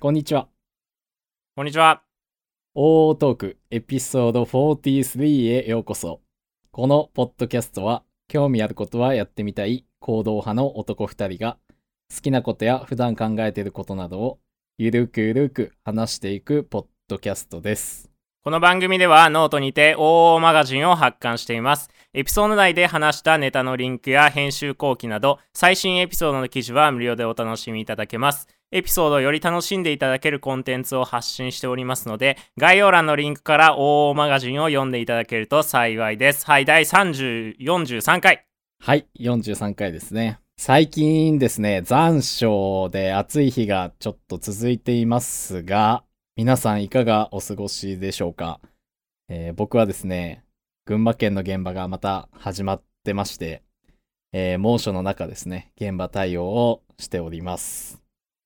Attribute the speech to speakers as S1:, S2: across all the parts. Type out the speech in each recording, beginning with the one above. S1: こんにちは。
S2: こんにちは。
S1: OO トークエピソード43へようこそ。このポッドキャストは、興味あることはやってみたい行動派の男2人が、好きなことや普段考えていることなどを、ゆるくゆるく話していくポッドキャストです。
S2: この番組ではノートにて OO マガジンを発刊しています。エピソード内で話したネタのリンクや編集後期など、最新エピソードの記事は無料でお楽しみいただけます。エピソードをより楽しんでいただけるコンテンツを発信しておりますので、概要欄のリンクから OO マガジンを読んでいただけると幸いです。はい、第30、43回。
S1: はい、43回ですね。最近ですね、残暑で暑い日がちょっと続いていますが、皆さんいかがお過ごしでしょうか、えー僕はですね、群馬県の現場がまた始まってまして、えー猛暑の中ですね、現場対応をしております。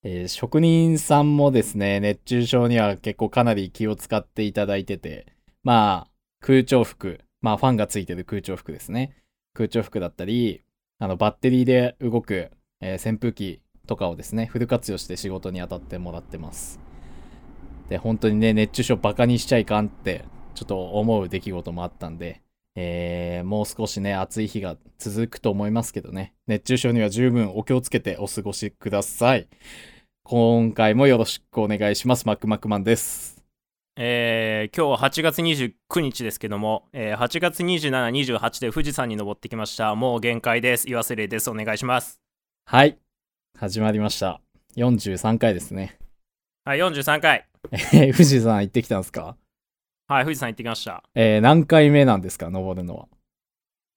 S1: えー職人さんもですね、熱中症には結構かなり気を使っていただいてて、まあ、空調服、まあファンがついてる空調服ですね。空調服だったり、あのバッテリーで動く、えー扇風機とかをですね、フル活用して仕事に当たってもらってます。で、本当にね、熱中症バカにしちゃいかんって、ちょっと思う出来事もあったんで、えーもう少しね、暑い日が続くと思いますけどね、熱中症には十分お気をつけてお過ごしください。今回もよろしくお願いします。マックマックマンです。
S2: えー、今日は8月29日ですけども、えー8月27、28で富士山に登ってきました。もう限界です。岩瀬礼です。お願いします。
S1: はい。始まりました。43回ですね。
S2: はい、43回。
S1: えー富士山行ってきたんですか
S2: はい、富士山行ってきました。
S1: えー何回目なんですか登るのは。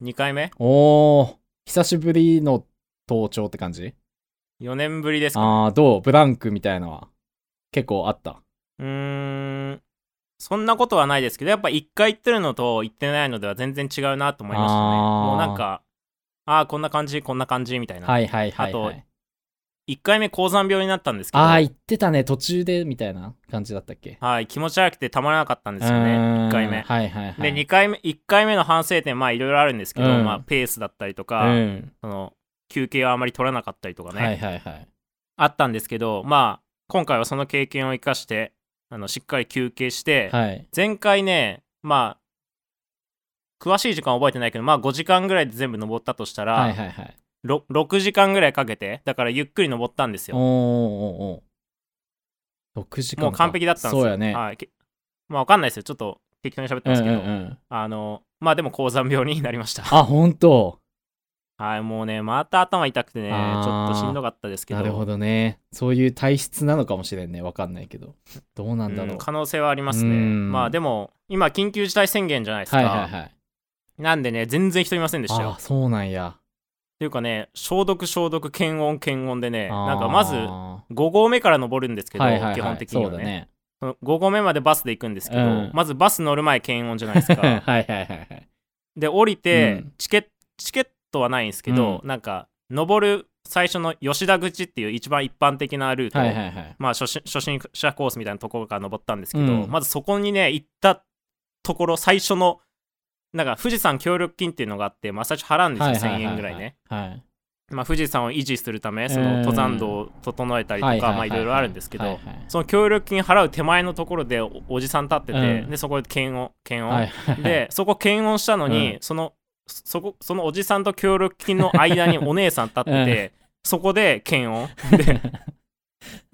S2: 2回目
S1: おー、久しぶりの登頂って感じ
S2: ?4 年ぶりですか
S1: あー、どうブランクみたいなのは結構あった。
S2: うーん。そんなことはないですけど、やっぱ1回行ってるのと行ってないのでは全然違うなと思いましたね。
S1: あー
S2: もうなんか、ああ、こんな感じ、こんな感じみたいな。
S1: はいはいはい、は
S2: あと
S1: い。
S2: 1回目高山病になったんですけど、
S1: あ
S2: は
S1: ー、
S2: い、
S1: 行ってたね、途中でみたいな感じだったっけ
S2: 気持ち悪くてたまらなかったんですよ
S1: う
S2: ね、
S1: ーん
S2: 1回目。
S1: はいはいはい。
S2: で、2回目、1回目の反省点、まあいろいろあるんですけど、
S1: うん
S2: まあペースだったりとか、
S1: うん。
S2: その休憩はあまり取らなかったりとかね。
S1: はいはいはい。
S2: あったんですけどまあ今回はその経験を生かしてあのしっかり休憩して、
S1: はい。
S2: 前回ねまあ詳しい時間は覚えてないけどまあ5時間ぐらいで全部登ったとしたら、
S1: はいはいはい。
S2: ろ 6, 時間ぐらいかけてだからゆっくり登ったんです
S1: おー
S2: よ
S1: おーおー。6時間か
S2: もう完璧だったんですよ
S1: そうやね。
S2: はい、けまあわかんないですよちょっと適当に喋って
S1: うん
S2: ま
S1: う
S2: す
S1: ん
S2: け
S1: う
S2: ど、
S1: ん。
S2: あのまあでも高山病になりました
S1: あ、ほんと。
S2: はいもうねまた頭痛くてねち
S1: あー
S2: ょっとしんどかったですけど
S1: なるほどね。そういう体質なのかもしれんね。わかんないけど。どうなんだろう。
S2: うん可能性はありますね
S1: うん
S2: まあでも今緊急事態宣言じゃないですか、
S1: はいはいはい。
S2: なんでね、全然人いませんでした
S1: あ
S2: よ
S1: あ、。そうなんや。
S2: というかね、消毒、消毒、検温、検温でね、
S1: あー
S2: なんかまず5合目から登るんですけど、
S1: はいはいはい
S2: 基本的には
S1: そうだ
S2: ね
S1: ね。
S2: その5合目までバスで行くんですけど、
S1: うん
S2: まずバス乗る前、検温じゃないです
S1: はい
S2: か。
S1: はいはいはい。
S2: で、降りて
S1: うん
S2: チケ、チケットはないんですけど、
S1: う
S2: なんか、登る最初の吉田口っていう一番一般的なルート、
S1: はいはいはい。
S2: まあ初心、初心者コースみたいなところから登ったんですけど、
S1: うん
S2: まずそこにね、行ったところ、最初の、なんか富士山協力金っていうのがあって、まあ、最初払うんですよ、
S1: はいはいはい
S2: 1000
S1: は
S2: 円ぐらいね。。
S1: はい。
S2: まあ、富士山を維持するためそ
S1: うん
S2: の登山道を整えたりと
S1: は
S2: か
S1: い
S2: まあいろいろあるんですけ
S1: はい
S2: ど
S1: はい
S2: その協力金払う手前のところでおおじさん立ってて、
S1: うん
S2: でそこで検温検温、
S1: はいはいはい、
S2: でそこ検温したのに、
S1: う
S2: そのそこそのおじさんと協力金の 間にお姉さん立ってて、そこで検温で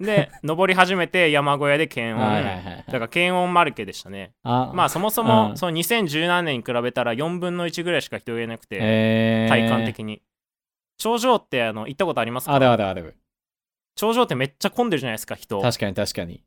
S2: で登り始めて山小屋で検 温、
S1: はいはいはい
S2: だから検温マルケでしたね
S1: あ
S2: まあそもそも、
S1: うん
S2: その2017年に比べたら4分の1ぐらいしか人がいなくて、
S1: えー
S2: 体感的に頂上ってあの行ったことありますか
S1: あるあるある。
S2: 頂上ってめっちゃ混んでるじゃないですか人
S1: 確かに確かに。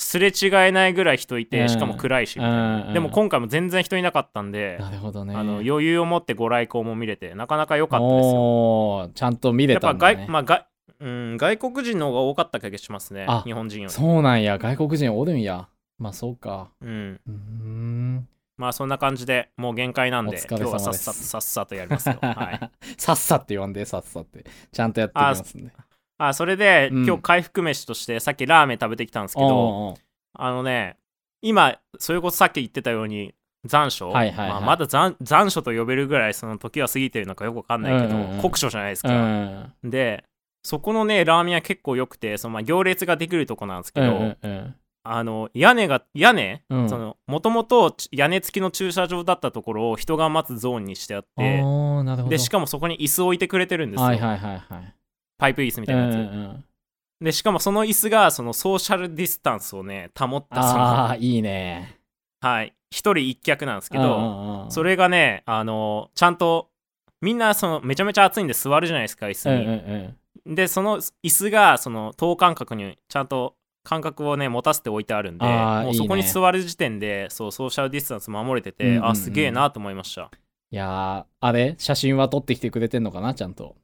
S2: すれ違えないぐらい人いて、
S1: うん
S2: しかも暗いしみたいな、
S1: うん
S2: でも今回も全然人いなかったんで、
S1: なるほどね。
S2: あの
S1: よ
S2: 余裕を持ってご来光も見れてなかなか良かったですよ
S1: ちゃんと見
S2: や
S1: れ
S2: っぱ
S1: たんだ、
S2: 外,、
S1: ね。
S2: まあ、外うん外国人の方が多かった気がしますね
S1: あ
S2: 日本人より
S1: そうなんや。外国人おるんや。まあそうか。
S2: うん
S1: うーん。
S2: まあそんな感じでもう限界なん
S1: お
S2: で
S1: 疲れ様
S2: 今日はさっ
S1: です
S2: さとさっさとやります よ、はい、
S1: さっさって言わんで、さっさって。ちゃんとやっていきますんで。
S2: あそれで、
S1: うん
S2: 今日回復飯としてさっきラーメン食べてきたんですけ
S1: お
S2: ど
S1: うおう
S2: あのね、今、それこそさっき言ってたように、残暑、
S1: はいはいはい
S2: まあ、まだ残残暑と呼べるぐらい、その時は過ぎてるのかよくわかんないけど、
S1: うんうんうん
S2: 酷暑じゃないです
S1: う
S2: か。
S1: ん。
S2: で、そこのねラーメン屋結構良くてそのまあ行列ができるとこなんですけ
S1: うん
S2: ど、
S1: うんうん
S2: あの屋根が屋根
S1: うん
S2: そのもともと屋根付きの駐車場だったところを人が待つゾーンにしてあっ
S1: あ
S2: て
S1: ーなるほど
S2: でしかもそこに椅子置いてくれてるんですよ、
S1: はいはいはいはい
S2: パイプ椅子みたいなやつ、
S1: うんうんうん
S2: でしかもその椅子がそのソーシャルディスタンスをね保ったその
S1: ああいいね
S2: はい一人一脚なんですけ
S1: う
S2: ど、
S1: んうんうん
S2: それがねあのちゃんとみんなそのめちゃめちゃ暑いんで座るじゃないですか椅子
S1: うんう
S2: に、
S1: んうん
S2: でその椅子がその等間隔にちゃんと間隔をね持たせて置いてあるんで
S1: あー
S2: もういそこ
S1: い
S2: に
S1: ね
S2: 座る時点でそうソーシャルディスタンス守れてて、
S1: うんうんうん
S2: あすげえなと思いました
S1: いやーあれ写真は撮ってきてくれてんのかなちゃんと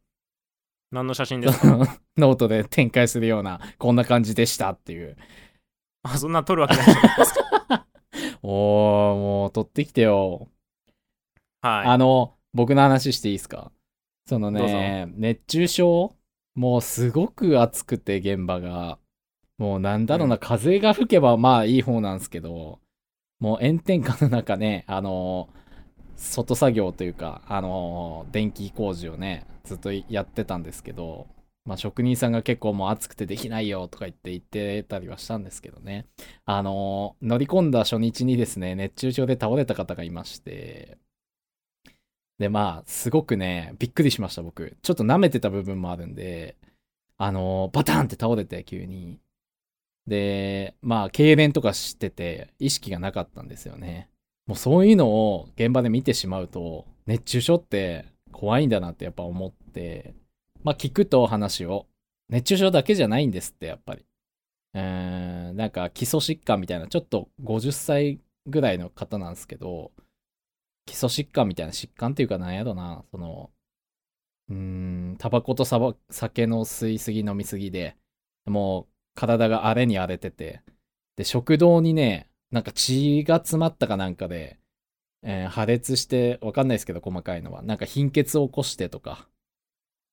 S2: 何の写真ですか
S1: ノートで展開するようなこんな感じでしたっていう
S2: あそんな撮るわ けないじゃないですか
S1: おーもう撮ってきてよ
S2: は
S1: あの、僕の話していいですかその
S2: どうぞ
S1: ね、熱中症もうすごく暑くて、現場が。もうなんだろうな、風が吹けばまあいい方なんですけど、もう炎天下の中ね、あの外作業というか、あの電気工事をね、ずっとやってたんですけど、まあ職人さんが結構もう暑くてできないよとか言って言ってたりはしたんですけどね、あの乗り込んだ初日にですね、熱中症で倒れた方がいまして、で、まあ、すごくね、びっくりしました、僕。ちょっと舐めてた部分もあるんで、あのーバタンって倒れて、急に。で、まあ、痙攣とかしてて、意識がなかったんですよね。もうそういうのを現場で見てしまうと、熱中症って怖いんだなってやっぱ思って、まあ、聞くと話を、熱中症だけじゃないんですって、やっぱり。うーん、なんか基礎疾患みたいな、ちょっと50歳ぐらいの方なんですけど、基礎疾患みたいな疾患っていうかなんやろな、その、うーん、タバコとサバ酒の吸いすぎ飲みすぎで、もう体が荒れに荒れてて、で、食道にね、なんか血が詰まったかなんかで、えー破裂して、わかんないですけど、細かいのは、なんか貧血を起こしてとか、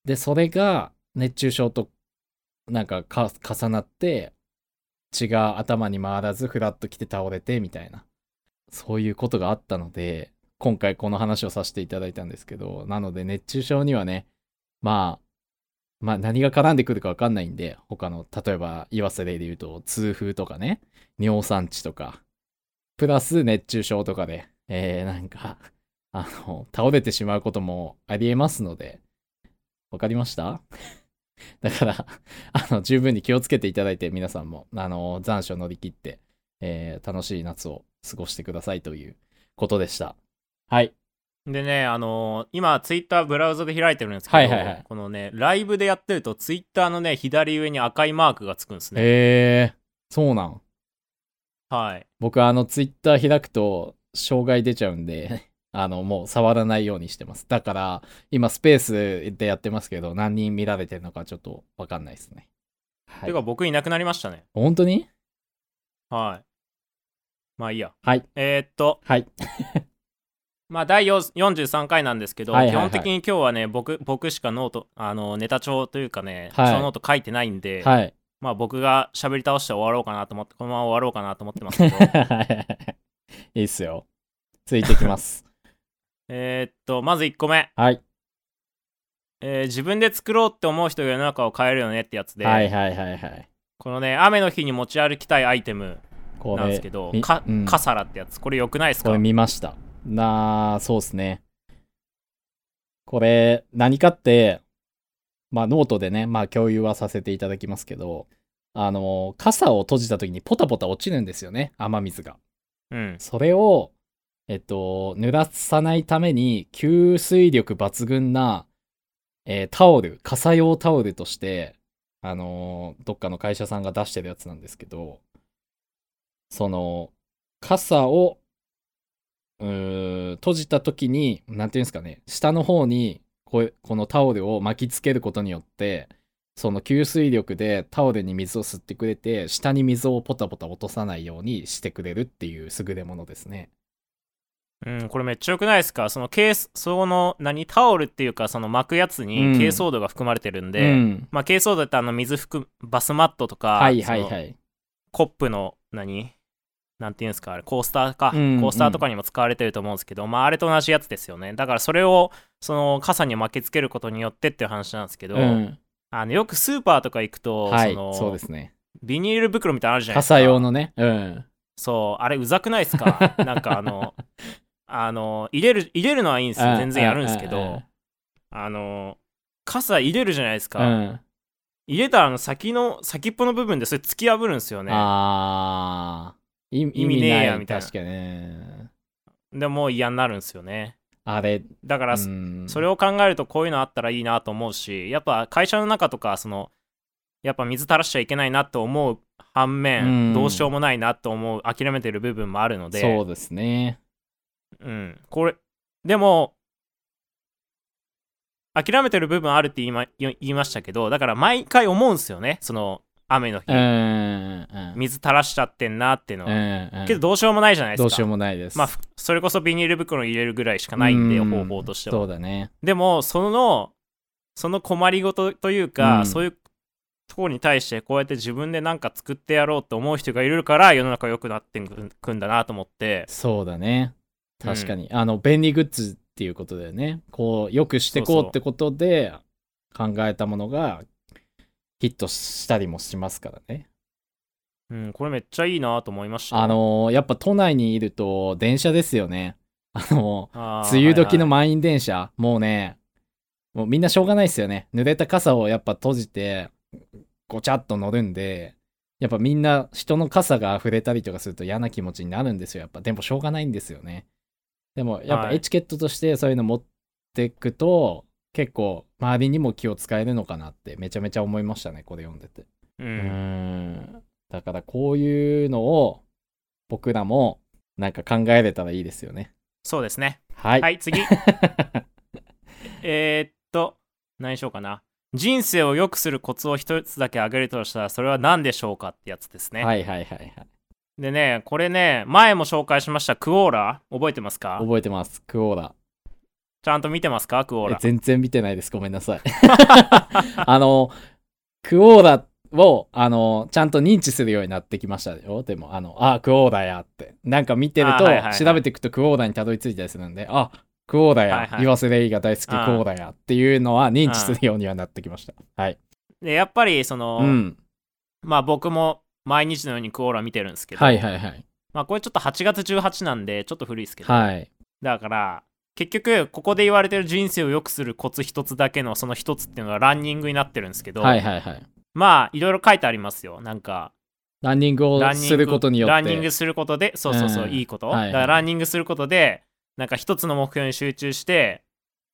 S1: で、それが熱中症となんかか重なって、血が頭に回らず、フラッと来て倒れてみたいな、そういうことがあったので、今回この話をさせていただいたんですけど、なので熱中症にはね、まあ、まあ何が絡んでくるかわかんないんで、他の、例えば言わせ例で言うと、痛風とかね、尿酸値とか、プラス熱中症とかで、えー、なんか、あの、倒れてしまうこともありえますので、わかりました だから、あの、十分に気をつけていただいて、皆さんも、あの、残暑乗り切って、えー楽しい夏を過ごしてくださいということでした。はい。
S2: いでねあのー今ツイッターブラウザで開いてるんですけど、
S1: はいはいはい
S2: このねライブでやってるとツイッターのね左上に赤いマークがつくんですね、
S1: へえー、そうなん。
S2: はい
S1: 僕、あの、ツイッター開くと、障害出ちゃうんで、あの、もう触らないようにしてます。だから、今、スペースでやってますけど、何人見られてるのかちょっとわかんないですね。はい
S2: てか、僕いなくなりましたね
S1: 本当に
S2: はいまあいいや
S1: はい。
S2: えーっと
S1: はい。
S2: まあ、第4 43回なんですけど、
S1: はいはいはい
S2: 基本的に今日はね僕僕しかノートあのネタ帳というかね、
S1: はい
S2: 小ノート書いてないんで、
S1: はい。
S2: まあ、僕が喋り倒して終わろうかなと思って このまま終わろうかなと思ってま すけど
S1: いいっすよ。ついてきます。
S2: えーっとまず1個目、
S1: はい。
S2: えー自分で作ろうって思う人が世の中を変えるよねってやつで、
S1: はいはいはいはい。
S2: このね雨の日に持ち歩きたいアイテム
S1: こ
S2: なんで
S1: れ
S2: すけ、ど
S1: み
S2: か、
S1: うん
S2: カサラってやつこれ良くないです
S1: こ
S2: か
S1: れ見ました。なあ、そうですね。これ、何かって、まあ、ノートでね、まあ、共有はさせていただきますけど、あの、傘を閉じた時にポタポタ落ちるんですよね、雨水が。
S2: うん
S1: それを、えっと、濡らさないために、吸水力抜群な、えータオル、傘用タオルとして、あのーどっかの会社さんが出してるやつなんですけど、その、傘を、うー閉じた時に、なんていうんですかね、下の方にこう、このタオルを巻きつけることによって、その吸水力でタオルに水を吸ってくれて、下に水をポタポタ落とさないようにしてくれるっていう優れものですね。
S2: うん、これめっちゃ良くないですかそのケースその何タオルっていうかその巻くやつ
S1: うん
S2: に珪藻土が含まれてるんで、
S1: うん、
S2: まあ、珪藻土ってあの水含むバスマットとか、
S1: はいはい
S2: そ
S1: は
S2: の
S1: い。
S2: コップの何なんていうんですかあれコースターか、
S1: うん
S2: コースターとかにも使われてると思うんですけど、まあ、あれと同じやつですよねだからそれをその傘に巻きつけることによってっていう話なんですけど、
S1: うん、
S2: あのよくスーパーとか行くと、
S1: はい
S2: その
S1: そうですね
S2: ビニール袋みたいなのあるじゃないですか
S1: 傘用のねうん
S2: そうあれうざくないで すかなんかあのあの入れる入れるのはいいんですよ全然やるんですけ
S1: うんうんうん
S2: どあの傘入れるじゃないですか、
S1: うん
S2: 入れたあの先の先っぽの部分でそれ突き破るんですよね
S1: ああ意味
S2: 意味ねえや
S1: ない
S2: みたいな
S1: 確かにね
S2: でもう嫌になるんですよね
S1: あれ
S2: だから、
S1: うん
S2: それを考えるとこういうのあったらいいなと思うしやっぱ会社の中とかそのやっぱ水垂らしちゃいけないなと思う反面、
S1: うん
S2: どうしようもないなと思う諦めてる部分もあるので
S1: そうですね
S2: うん、これでも諦めてる部分あるって言い,、ま、言いましたけどだから毎回思うんですよねその雨の日、
S1: うんうんうん
S2: 水垂らしちゃってんなっていうのは、
S1: うん
S2: けどどうしようもないじゃないですか
S1: どうしようもないです
S2: まあふそれこそビニール袋に入れるぐらいしかないんで
S1: うん
S2: 方法としては
S1: そうだね
S2: でもそのその困りごとというか、
S1: うん
S2: そういうところに対してこうやって自分で何か作ってやろうと思う人がいるから世の中良くなってくんくんだなと思って
S1: そうだね確かに、あの便利グッズっていうことだよねこうよくして
S2: そ
S1: こ
S2: う
S1: う
S2: そう
S1: ってことで考えたものがヒットしたりもしますからね
S2: うん、これめっちゃいいなと思いました。
S1: あのーやっぱ都内にいると電車ですよねあのー
S2: あー
S1: 梅雨時の
S2: はいはい
S1: 満員電車、もうね、もうみんなしょうがないですよね。濡れた傘をやっぱ閉じて、ごちゃっと乗るんで、やっぱみんな人の傘が溢れたりとかすると嫌な気持ちになるんですよ。やっぱ、でもしょうがないんですよね。でもやっぱ
S2: はい
S1: エチケットとしてそういうの持ってくと、結構周りにも気を使えるのかなってめちゃめちゃ思いましたね、これ読んでて。う
S2: う
S1: んーん。だからこういうのを僕らもなんか考えれたらいいですよね。
S2: そうですね。
S1: はい。
S2: は い、次。えーっと、何しようかな。人生を良くするコツを一つだけ挙げるとしたら、それは何でしょうかってやつですね。
S1: はいはいはいはい。
S2: でね、これね、前も紹介しましたクオーラ、覚えてますか
S1: 覚えてます。クオーラ。
S2: ちゃんと見てますかクオー
S1: え
S2: ラ。
S1: 全然見てないです。ごめんなさい。 あの、クオーラを、あの、ちゃんと認知するようになってきましたよ。でも、あの、あ、クオーラやって。なんか見てる
S2: あ
S1: と、
S2: はいはいはい
S1: 調べていくとクオーラにたどり着いたりするんで、あ、クオーラや、
S2: はいはい
S1: 岩瀬レイが大好きクオ
S2: あー
S1: ーラやっていうのは認知するようにはなってきました。はい。
S2: で、やっぱり、その、
S1: うん。
S2: まあ僕も毎日のようにクオーラ見てるんですけど、
S1: はいはいはい。
S2: まあこれちょっと8月18なんで、ちょっと古いですけど、
S1: はい。
S2: だから結局ここで言われてる人生を良くするコツ一つだけのその一つっていうのはランニングになってるんですけど、
S1: はいはいはい。
S2: まあいろいろ書いてありますよなんか
S1: ランニング
S2: ラ
S1: を
S2: ンニング
S1: することによって。
S2: ランニングすることでそうそうそう、
S1: うん
S2: いいこと、
S1: はいはい
S2: だからランニングすることでなんか一つの目標に集中して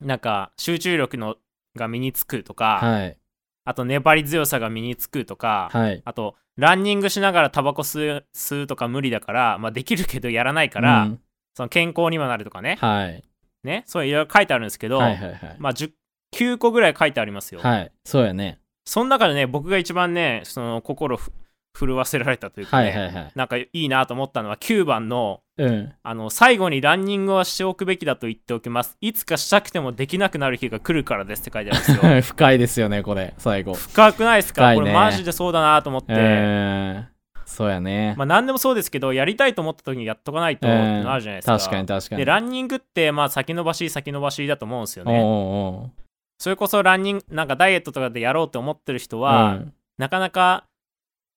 S2: なんか集中力のが身につくとか、
S1: はい。
S2: あと粘り強さが身につくとか、
S1: はい。
S2: あとランニングしながらタバコ吸う吸うとか無理だから、まあ、できるけどやらないから、
S1: うん
S2: その健康にもなるとかね,、
S1: はい。
S2: ねそういろいろ書いてあるんですけど、
S1: はいはいはい。
S2: まあ、10 9個ぐらい書いてありますよ。
S1: はい。そうやね。
S2: その中でね、僕が一番ね、その心ふ震わせられたというか、
S1: は
S2: ね
S1: いはいはい。
S2: なんかいいなと思ったのは9番の、
S1: うん。
S2: あの、最後にランニングはしておくべきだと言っておきます。いつかしたくてもできなくなる日が来るからですって書いてあるんです よ。
S1: 深いですよねこれ最後
S2: 深くないですか、
S1: 深い
S2: こ
S1: ね
S2: れマジでそうだなと思って。
S1: えー、そうやね、
S2: まあ何でもそうですけど、やりたいと思った時にやっとかないとって
S1: うん
S2: のあるじゃないですか。
S1: 確かに確かに
S2: で、ランニングって、まあ先延ばし先延ばしだと思うんですよね。
S1: おうおうおう
S2: それこそランニング、なんかダイエットとかでやろうと思ってる人は、
S1: うん
S2: なかなか、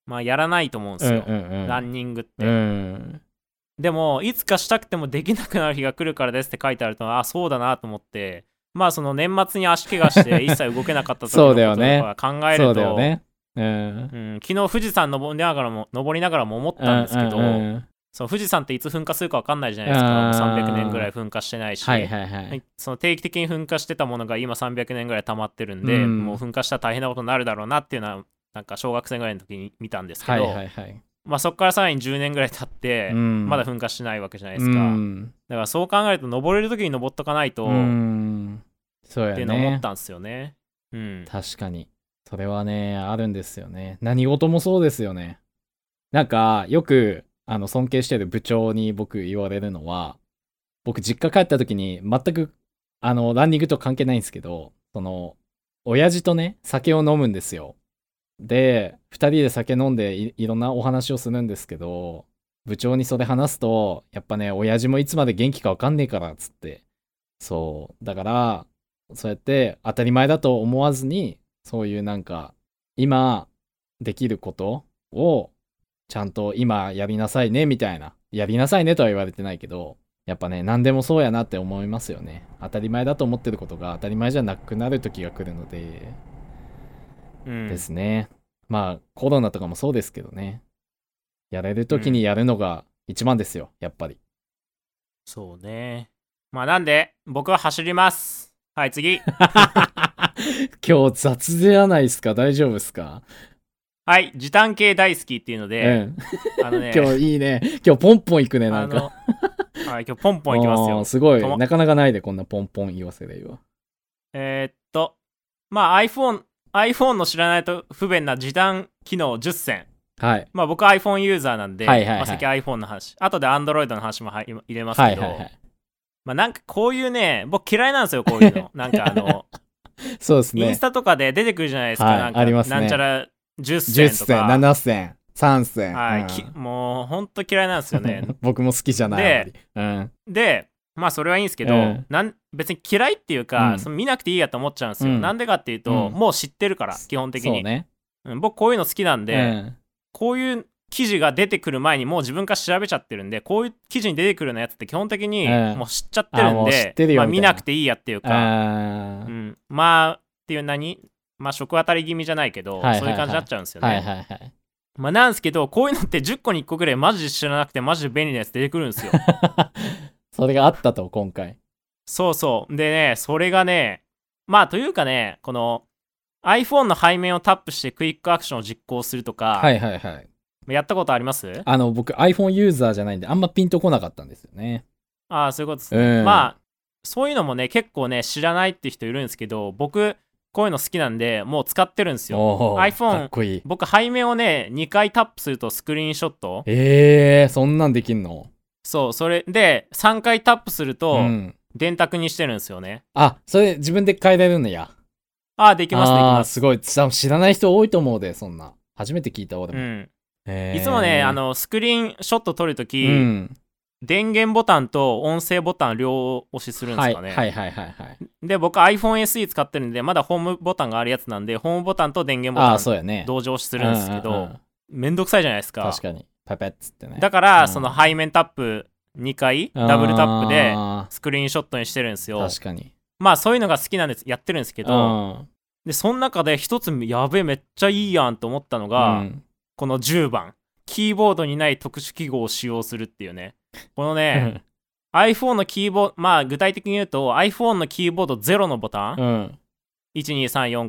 S2: まあ、やらないと思うんですよ、
S1: うんうんうん
S2: ランニングって、
S1: うん
S2: でもいつかしたくてもできなくなる日が来るからですって書いてあるとあそうだなと思ってまあその年末に足怪我して 一切動けなかった時の
S1: そ
S2: こ
S1: うだ
S2: とと
S1: よね
S2: か考えると
S1: そうだよねうん
S2: うん、昨日富士山登りながらも登りながらも思ったんですけど、
S1: ううんうん
S2: その富士山っていつ噴火するか分かんないじゃないですか
S1: あー
S2: 300年ぐらい噴火してないし、
S1: はいはいはい
S2: その定期的に噴火してたものが今300年ぐらい溜まってるんで、
S1: うん
S2: もう噴火したら大変なことになるだろうなっていうのはなんか小学生ぐらいの時に見たんですけ
S1: はい
S2: ど、
S1: はいはい
S2: まあ、そこからさらに10年ぐらい経って、
S1: うん
S2: まだ噴火してないわけじゃないで
S1: う
S2: すか、
S1: ん
S2: だからそう考えると登れる時に登っとかないと、
S1: う
S2: っ
S1: んそうや
S2: てい
S1: ね
S2: うのを思ったんですよねうん
S1: 確かにそれはねあるんですよね何事もそうですよねなんかよくあの尊敬してる部長に僕言われるのは僕実家帰った時に全くあのランニングと関係ないんですけどその親父とね酒を飲むんですよで2人で酒飲んでいいろんなお話をするんですけど部長にそれ話すとやっぱね親父もいつまで元気か分かんねえからっつってそうだからそうやって当たり前だと思わずにそういうなんか、今できることを、ちゃんと今やりなさいね、みたいな。やりなさいねとは言われてないけど、やっぱね、何でもそうやなって思いますよね。当たり前だと思ってることが当たり前じゃなくなる時が来るので、
S2: うん、
S1: ですね。まあ、コロナとかもそうですけどね。やれる時にやるのが一番ですよ、やっぱり。
S2: そうね。まあなんで、僕は走ります。はい、次。
S1: 今日雑ではないですか大丈夫ですか、
S2: はい、時短系大好きっていうので、あの
S1: う
S2: ね
S1: ん。、 今日いいね。今日ポンポンいくね、な
S2: あ
S1: んか。
S2: の、はい、今日ポンポンいきます
S1: あー
S2: よ。
S1: すご
S2: とも
S1: い。なかなかないで、こんなポンポン言わせるいわ。
S2: えーっと、まあ iPhone、iPhone の知らないと不便な時短機能10選。
S1: はい。
S2: まあ僕 iPhone ユーザーなんで、
S1: はいはいはい
S2: まあ先 iPhone の話。後で Android の話も入入れます
S1: は
S2: け
S1: い
S2: ど、
S1: はいはい。
S2: まあなんかこういうね、僕嫌いなんですよ、こういうの。なんかあの、
S1: そうです
S2: イン
S1: ね
S2: ス。タとかで出てくるじゃないですか。
S1: はい
S2: なんか
S1: ありますね
S2: なんちゃら10
S1: 10
S2: 選と
S1: 銭、
S2: か。
S1: 7銭、3銭。
S2: はい、
S1: うん。
S2: きもうほんと嫌いなんですよね
S1: 僕も好きじゃない。
S2: で
S1: あんまり、
S2: でまあそれはいいんですけど、
S1: うん
S2: なん別に嫌いっていうか、
S1: うん
S2: その見なくていいやと思っちゃうんですよ。
S1: うん
S2: なんでかっていうと、
S1: うん
S2: もう知ってるから基本
S1: うん、
S2: 的
S1: そう
S2: に、
S1: ね。
S2: うん僕こういうの好きなんで、
S1: うん
S2: こういう記事が出てくる前にもう自分から調べちゃってるんでこういう記事に出てくるようなやつって基本的に
S1: うん
S2: もう知っちゃってる
S1: あ
S2: ん
S1: もう知
S2: で
S1: っ、てるよ
S2: まあ、
S1: みた
S2: 見
S1: いな
S2: なくていいやっていうか、
S1: あ
S2: う
S1: ー
S2: ん、まあっていう何まあ食当たり気味じゃないけ
S1: はい
S2: ど、
S1: はいはい
S2: そういう感じになっちゃうんですよね。
S1: はいはいはい。
S2: まあなんですけどこういうのって10個に1個ぐらいマジで知らなくてマジで便利なやつ出てくるんで すよ。
S1: それがあったと、今回。
S2: そうそう。でね、それがね、まあというかね、この iPhone の背面をタップしてクイックアクションを実行するとか、
S1: はいはいはい。
S2: やったことあります
S1: あの、僕 iPhone ユーザーじゃないんで、あんまピンとこなかったんですよね。
S2: ああ、そういうことですね。
S1: うん
S2: まあ、そういうのもね、結構ね、知らないって人いるんですけど、僕、こういうの好きなんで、もう使ってるんですよ。
S1: おー
S2: iPhone
S1: かっこいい。
S2: 僕、背面をね、2回タップするとスクリーンショット。
S1: えー、そんなんできんの
S2: そう、それで、3回タップすると
S1: う、ん。
S2: 電卓にしてるんですよね。
S1: あ、それ自分で変えられるのや。
S2: ああ、できます、でき
S1: あー
S2: ます。
S1: すごい。多分知らない人多いと思うで、そんな。初めて聞いた俺
S2: う
S1: も。
S2: ん、
S1: へー
S2: いつもね、あ、のスクリーンショット撮ると
S1: う
S2: き、
S1: ん。
S2: 電源ボタンと音声ボタン両押しするんで
S1: は
S2: す
S1: い
S2: かね、
S1: はいはいはいはい。
S2: で僕 iPhoneSE 使ってるんでまだホームボタンがあるやつなんでホームボタンと電源ボ
S1: ああー、
S2: タ
S1: そ
S2: ン
S1: うやね。
S2: 同時押しするんですけ
S1: うんうんう
S2: ど
S1: ん
S2: めんどくさいじゃないですか
S1: 確かに。パペッつってね。
S2: だから、
S1: うん
S2: その背面タップ2回ダブルタップで
S1: あ
S2: スクリーンショットにしてるんです
S1: ー
S2: よ
S1: 確かに。
S2: まあそういうのが好きなんですやってるんですけ
S1: う
S2: ど
S1: ん
S2: でその中で一つやべえめっちゃいいやんと思ったのが、
S1: うん
S2: この10番キーボードにない特殊記号を使用するっていうねこのね、iPhone のキーボード、まあ具体的に言うと iPhone のキーボード0のボタン、
S1: うん。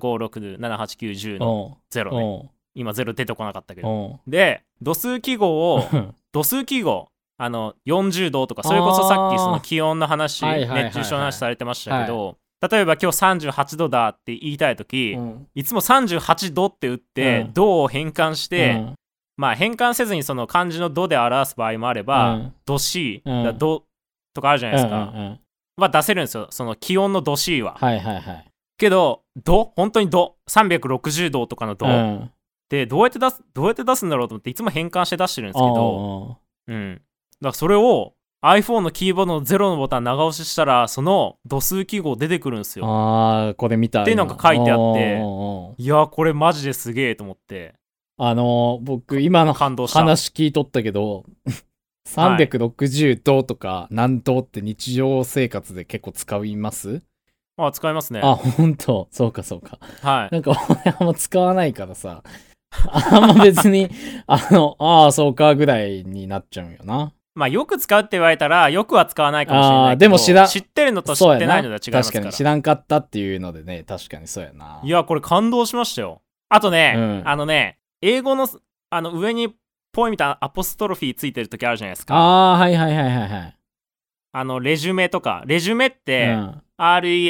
S2: 12345678910の
S1: おう
S2: 0ね。
S1: おう
S2: 今0出てこなかったけど。
S1: お
S2: で、度数記号を、
S1: う
S2: 度数記号、あの40度とか、それこそさっきその気温の話、
S1: はいはいはいはい
S2: 熱中症の話されてましたけど、例えば今日38度だって言いたいとき、
S1: うん
S2: いつも38度って打って、
S1: うん
S2: 度を変換して、
S1: うん
S2: まあ変換せずにその漢字の度で表す場合もあれば、
S1: うん
S2: 度 C、
S1: うん
S2: だ度とかあるじゃないですか。
S1: うんうんうん
S2: は出せるんですよその気温の度 C は、
S1: はいはいはい。
S2: けど度本当に度360度とかの度、
S1: うん
S2: でどうやって出すどうやって出すんだろうと思っていつも変換して出してるんですけど
S1: おうおうおう
S2: うんだからそれを iPhone のキーボードの0のボタン長押ししたらその度数記号出てくるんですよ
S1: ああ、これ見た。
S2: ってなんか書いてあって
S1: おうおうおう
S2: いやーこれマジですげえと思って
S1: あのー、僕、今の
S2: 感動した
S1: 話聞いとったけど、360度とか何度って日常生活で結構使います
S2: あ使いますね
S1: あ、ほんと。そうかそうか。
S2: はい
S1: なんか俺あんま使わないからさ、あんま別に、 あの、ああ、そうかぐらいになっちゃうんよな。
S2: まあよく使うって言われたらよくは使わないかもしれないけ
S1: あー
S2: ど
S1: でも知ら
S2: 知ってるのと知
S1: そう
S2: っ
S1: や
S2: てないのでは違います
S1: 確か
S2: か
S1: らに知らんかったっていうのでね、確かにそうやな。
S2: いや、これ感動しましたよ。あとね、
S1: うん
S2: あのね、英語のあの上にポイみたいなアポストロフィーついてる時あるじゃないですか。あ
S1: ああ、はいはいはいはいはい。
S2: の、レジュメとか。レジュメって、
S1: うん、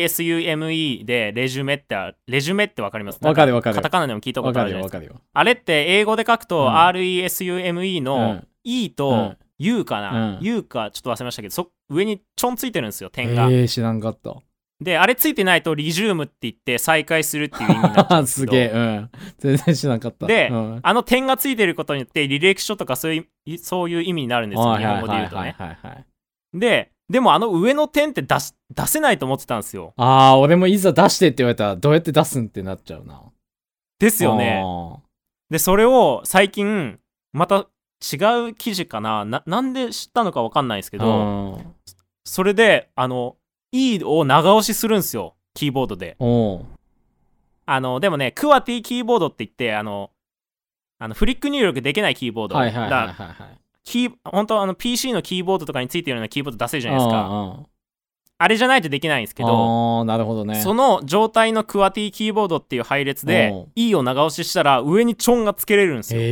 S2: RESUME で、レジュメってあ、レジュメってわかります
S1: わかるわか
S2: カタ
S1: る。
S2: カナでも聞いたこ
S1: わ
S2: と
S1: か
S2: あるじ
S1: る
S2: ゃない
S1: よ
S2: で
S1: わ
S2: すか。
S1: かるよ。
S2: あれって英語で書くと、
S1: うん
S2: RESUME
S1: う
S2: の
S1: ん
S2: E
S1: う
S2: と
S1: ん
S2: U かな、
S1: うん
S2: U かちょっと忘れましたけど、そ上にちょんついてるんですよ、点が。
S1: ええー、知らんかった。
S2: で、あれついてないと、リジュームって言って再開するっていう意味になっちゃうん
S1: あ
S2: です
S1: す
S2: けど。
S1: げえ、うん。全然知らんかった。
S2: で
S1: うん、
S2: あの点がついてることによって履歴書とかそういうそういう意味になるんですよ、
S1: はい
S2: 日
S1: はい
S2: 本語で
S1: は
S2: 言
S1: いう
S2: と
S1: はい
S2: ね。
S1: はいはい。
S2: で、でもあの上の点って出し出せないと思ってたんですよ。
S1: ああ、俺もいざ出してって言われたら、どうやって出すんってなっちゃうな。
S2: ですよね。
S1: あ
S2: でそれを最近また違う記事かなななんで知ったのか分かんないですけ
S1: ー
S2: ど
S1: うん
S2: それであの E を長押しするんですよキーボードで
S1: おう
S2: あのでもねクワティキーボードって言ってあのあのフリック入力できないキーボード、
S1: はいはいはいはい
S2: だ
S1: はい。
S2: キー本当はあの PC のキーボードとかについてるようなキーボード出せるじゃないですかあ
S1: ああ
S2: れじゃないとできないんですけど
S1: ああ、なるほどね。
S2: その状態のクワティキーボードっていう配列で
S1: うん
S2: E を長押ししたら上にチョンがつけれるんですよ
S1: へ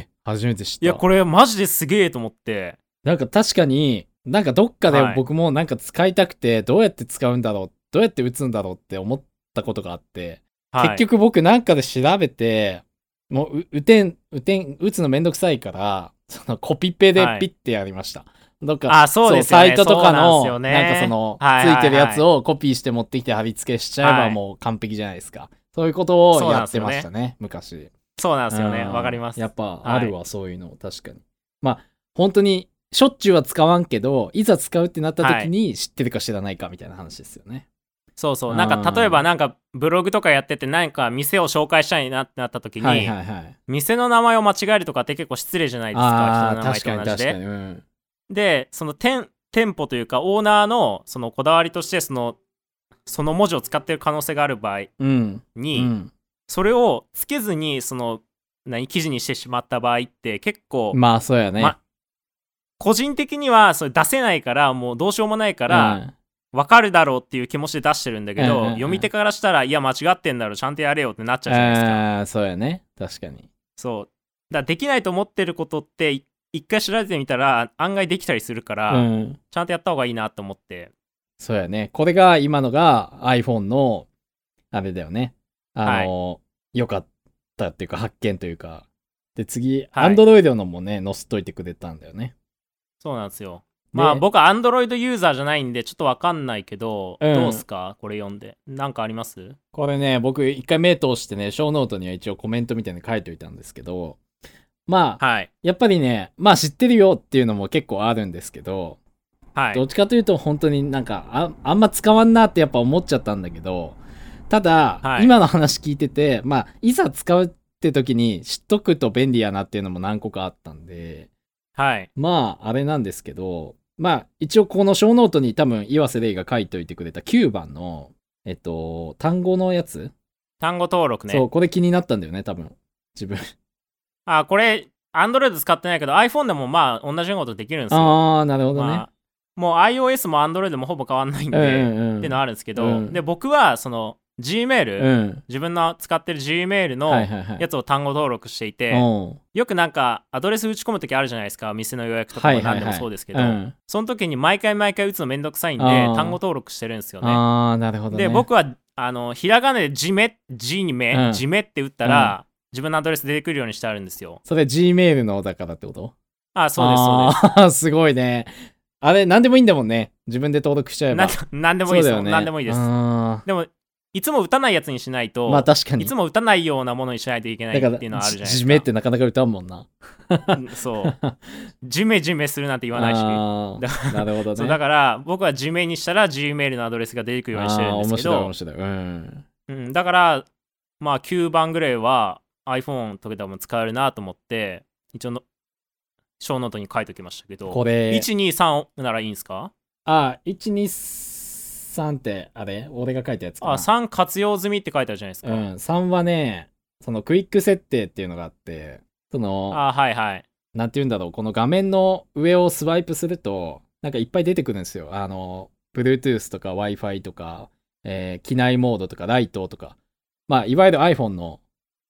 S1: え、初めて知った。
S2: いやこれマジですげえと思って
S1: なんか確かに、なんかどっかで
S2: はい
S1: 僕もなんか使いたくて、どうやって使うんだろう、どうやって打つんだろうって思ったことがあって、
S2: はい
S1: 結局僕なんかで調べて、もうう打てん、打てん、打つのめんどくさいから、そのコピペでピッてやりました。どっか、
S2: あそうですよ
S1: サ
S2: ね
S1: イトとかの、
S2: そ
S1: な
S2: う
S1: ん
S2: んですよね
S1: かその、
S2: はいはい
S1: つ
S2: はい
S1: いてるやつをコピーして持ってきて貼り付けしちゃえ
S2: は
S1: ば
S2: い
S1: もう完璧じゃないですか。そういうことを
S2: そうな
S1: や
S2: んで
S1: っ
S2: す
S1: て
S2: よね
S1: ましたね、昔。
S2: そうなんですよね
S1: うん
S2: わかります
S1: やっぱあるわ、そういうの確かにまあ本当にしょっちゅうは使わんけどいざ使うってなった時に知ってるか知らないかみたいな話ですよね、
S2: そうそううんなんか例えばなんかブログとかやってて何か店を紹介したいなってなった時に、
S1: はいはいはい
S2: 店の名前を間違えるとかって結構失礼じゃないです
S1: あ
S2: か人
S1: あ
S2: の
S1: 確か
S2: 名
S1: に
S2: 前と同じ
S1: 確かに
S2: で
S1: うん
S2: でその店店舗というかオーナーのそのこだわりとしてそのその文字を使ってる可能性がある場合
S1: うん、う
S2: に、
S1: ん、
S2: それをつけずにその何記事にしてしまった場合って結構、
S1: まあそうやね、
S2: ま個人的にはそれ出せないからもうどうしようもないから、
S1: うん
S2: わかるだろうっていう気持ちで出してるんだけ
S1: うんう
S2: ど、
S1: んうん
S2: 読み手からしたらいや間違ってんだろちゃんとやれよってなっちゃうじゃないですか、
S1: あーそうやね確かに
S2: そうだからできないと思ってることってい一回調べてみたら案外できたりするから、
S1: うん
S2: ちゃんとやった方がいいなと思って
S1: そうやねこれが今のが iPhone のあれだよねあの、良かったっていうか発見というかで次、
S2: はい
S1: Android のもね載せといてくれたんだよね
S2: そうなんですよまあ
S1: で
S2: 僕は Android ユーザーじゃないんでちょっとわかんないけど、
S1: うん
S2: どうすかこれ読んでなんかあります
S1: これね、僕一回目通してね、小ノートには一応コメントみたいに書いておいたんですけど、まあ、
S2: はい
S1: やっぱりね、まあ知ってるよっていうのも結構あるんですけど、
S2: はい
S1: どっちかというと本当になんかあ、あんま使わんなってやっぱ思っちゃったんだけど、ただ、
S2: はい
S1: 今の話聞いてて、まあ、いざ使うって時に知っとくと便利やなっていうのも何個かあったんで、
S2: はい
S1: まあ、あれなんですけど、まあ、一応この小ノートに多分岩瀬レイが書いておいてくれた9番の、えっと、単語のやつ
S2: 単語登録
S1: そう
S2: ね
S1: これ気になったんだよね多分自分
S2: あこれ Android 使ってないけど iPhone でもまあ同じようなことできるんですよ
S1: ああなるほどね、
S2: まあ、もう iOS も Android もほぼ変わんないんで、
S1: うんうんうん
S2: っていうのはあるんですけど、
S1: うん
S2: で僕はその Gmail、
S1: うん
S2: 自分の使ってる Gmail
S1: はい
S2: の
S1: はいはい
S2: やつを単語登録していて、
S1: うん
S2: よくなんかアドレス打ち込む時あるじゃないですか店の予約と
S1: は
S2: か
S1: い
S2: も
S1: はいはい
S2: 何でもそうですけど、
S1: うん
S2: その時に毎回毎回打つのめんどくさいんで
S1: あー
S2: 単語登録してるんですよね。
S1: ああなるほどね
S2: で僕はあのひらがなでじめ「じにめ」
S1: うん
S2: じめ」って打ったら、自分のアドレス出てくるようにしてあるんですよ。
S1: それ G メールのだからってこと
S2: あそうですそうです。
S1: そう ですすごいねあれ何でもいいんだもんね自分で登録しちゃえば
S2: なんかなんでもいいです
S1: そうだ
S2: よ、
S1: よね
S2: なんでもいいです。
S1: あ
S2: でもいつも打たないやつにしない
S1: ー
S2: と、
S1: まあ確かに
S2: いつも打たないようなものにしないといけない
S1: だ
S2: って
S1: から
S2: いうのはあるじゃないですか。
S1: じめってなかなか歌うもんな
S2: うんそう。ジメジメするなんて言わないし。
S1: あーな
S2: だ
S1: るほどね
S2: そうだから僕は Gmail にしたら Gmail のアドレスが出てくるようにしてるんですけ
S1: あー
S2: ど
S1: 面、白い面白いうん
S2: うん、だからまあ9番ぐらいは iPhone とかでも使えるなと思って一応の小ノートに書いておきましたけ
S1: こ
S2: ど
S1: れ
S2: 123ならいいんですか
S1: あ123ってあれ俺が書いたやつかな
S2: あ3活用済みって書いてあるじゃないですか、
S1: うん、3はね、そのクイック設定っていうのがあって、その、
S2: あはいはい
S1: なんて言うんだろう、この画面の上をスワイプすると、なんかいっぱい出てくるんですよ。あの、Bluetooth とか Wi-Fi とか、えー機内モードとかライトとか、まあ、いわゆる iPhone の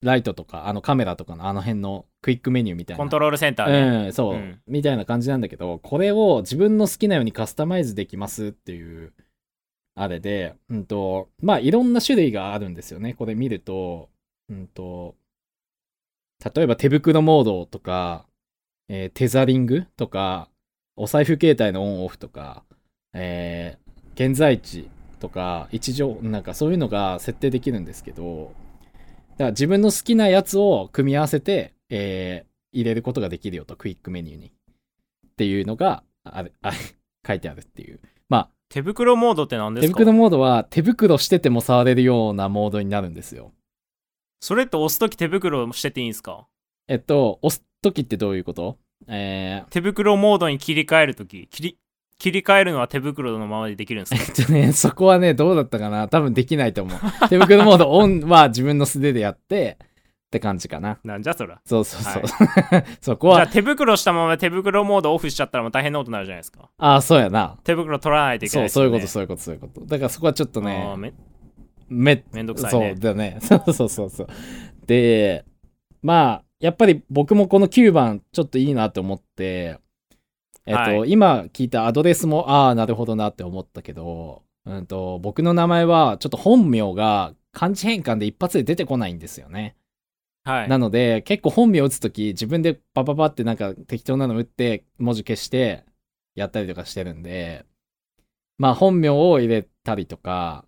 S1: ライトとか、あのカメラとかのあの辺のクイックメニューみたいな。
S2: コントロールセンターね、
S1: うん、そう、
S2: うん
S1: みたいな感じなんだけど、これを自分の好きなようにカスタマイズできますっていう、あれで、うんと、まあ、いろんな種類があるんですよね。これ見ると、うんと、例えば手袋モードとか、えーテザリングとか、お財布携帯のオンオフとか、えー現在地とか、位置情報、なんかそういうのが設定できるんですけど、だから自分の好きなやつを組み合わせて、えー入れることができるよと、クイックメニューに。っていうのが、あれ、あれ、 書いてあるっていう。まあ、
S2: 手袋モードって何で
S1: 手
S2: すか
S1: 袋モードは手袋してても触れるようなモードになるんですよ。
S2: それって押すとき手袋してていいんですか
S1: えっと、押すときってどういうことえ
S2: 手袋モードに切り替えるとき切り切り替えるのは手袋のままでできるんですか
S1: ー、 えっとね、そこはね、どうだったかな多分できないと思 う。手袋モードオンは自分の素手でやって、って感じかな。
S2: なんじゃそら
S1: そうそうそう。 そこ
S2: じゃあ
S1: は、
S2: 手袋したまま手袋モードオフしちゃったらもう大変なことになるじゃないですか
S1: ああ、そうやな。
S2: 手袋取らないといけ
S1: そう、
S2: ないです
S1: そう
S2: よ
S1: い
S2: ね、
S1: うこと、そういうこと、そういうこと。だからそこはちょっと
S2: あー
S1: ね、め
S2: め
S1: っ
S2: めんどくさいね
S1: そうだね。 そうそうそうそう。で、まあ、やっぱり僕もこの9番ちょっといいなと思って、えっと、
S2: は
S1: 今聞いたアドレスも、ああ、なるほどなって思ったけど、うんと、僕の名前はちょっと本名が漢字変換で一発で出てこないんですよね。
S2: はい
S1: なので、結構本名打つとき、自分でパパパってなんか適当なの打って、文字消して、やったりとかしてるんで、まあ本名を入れたりとか、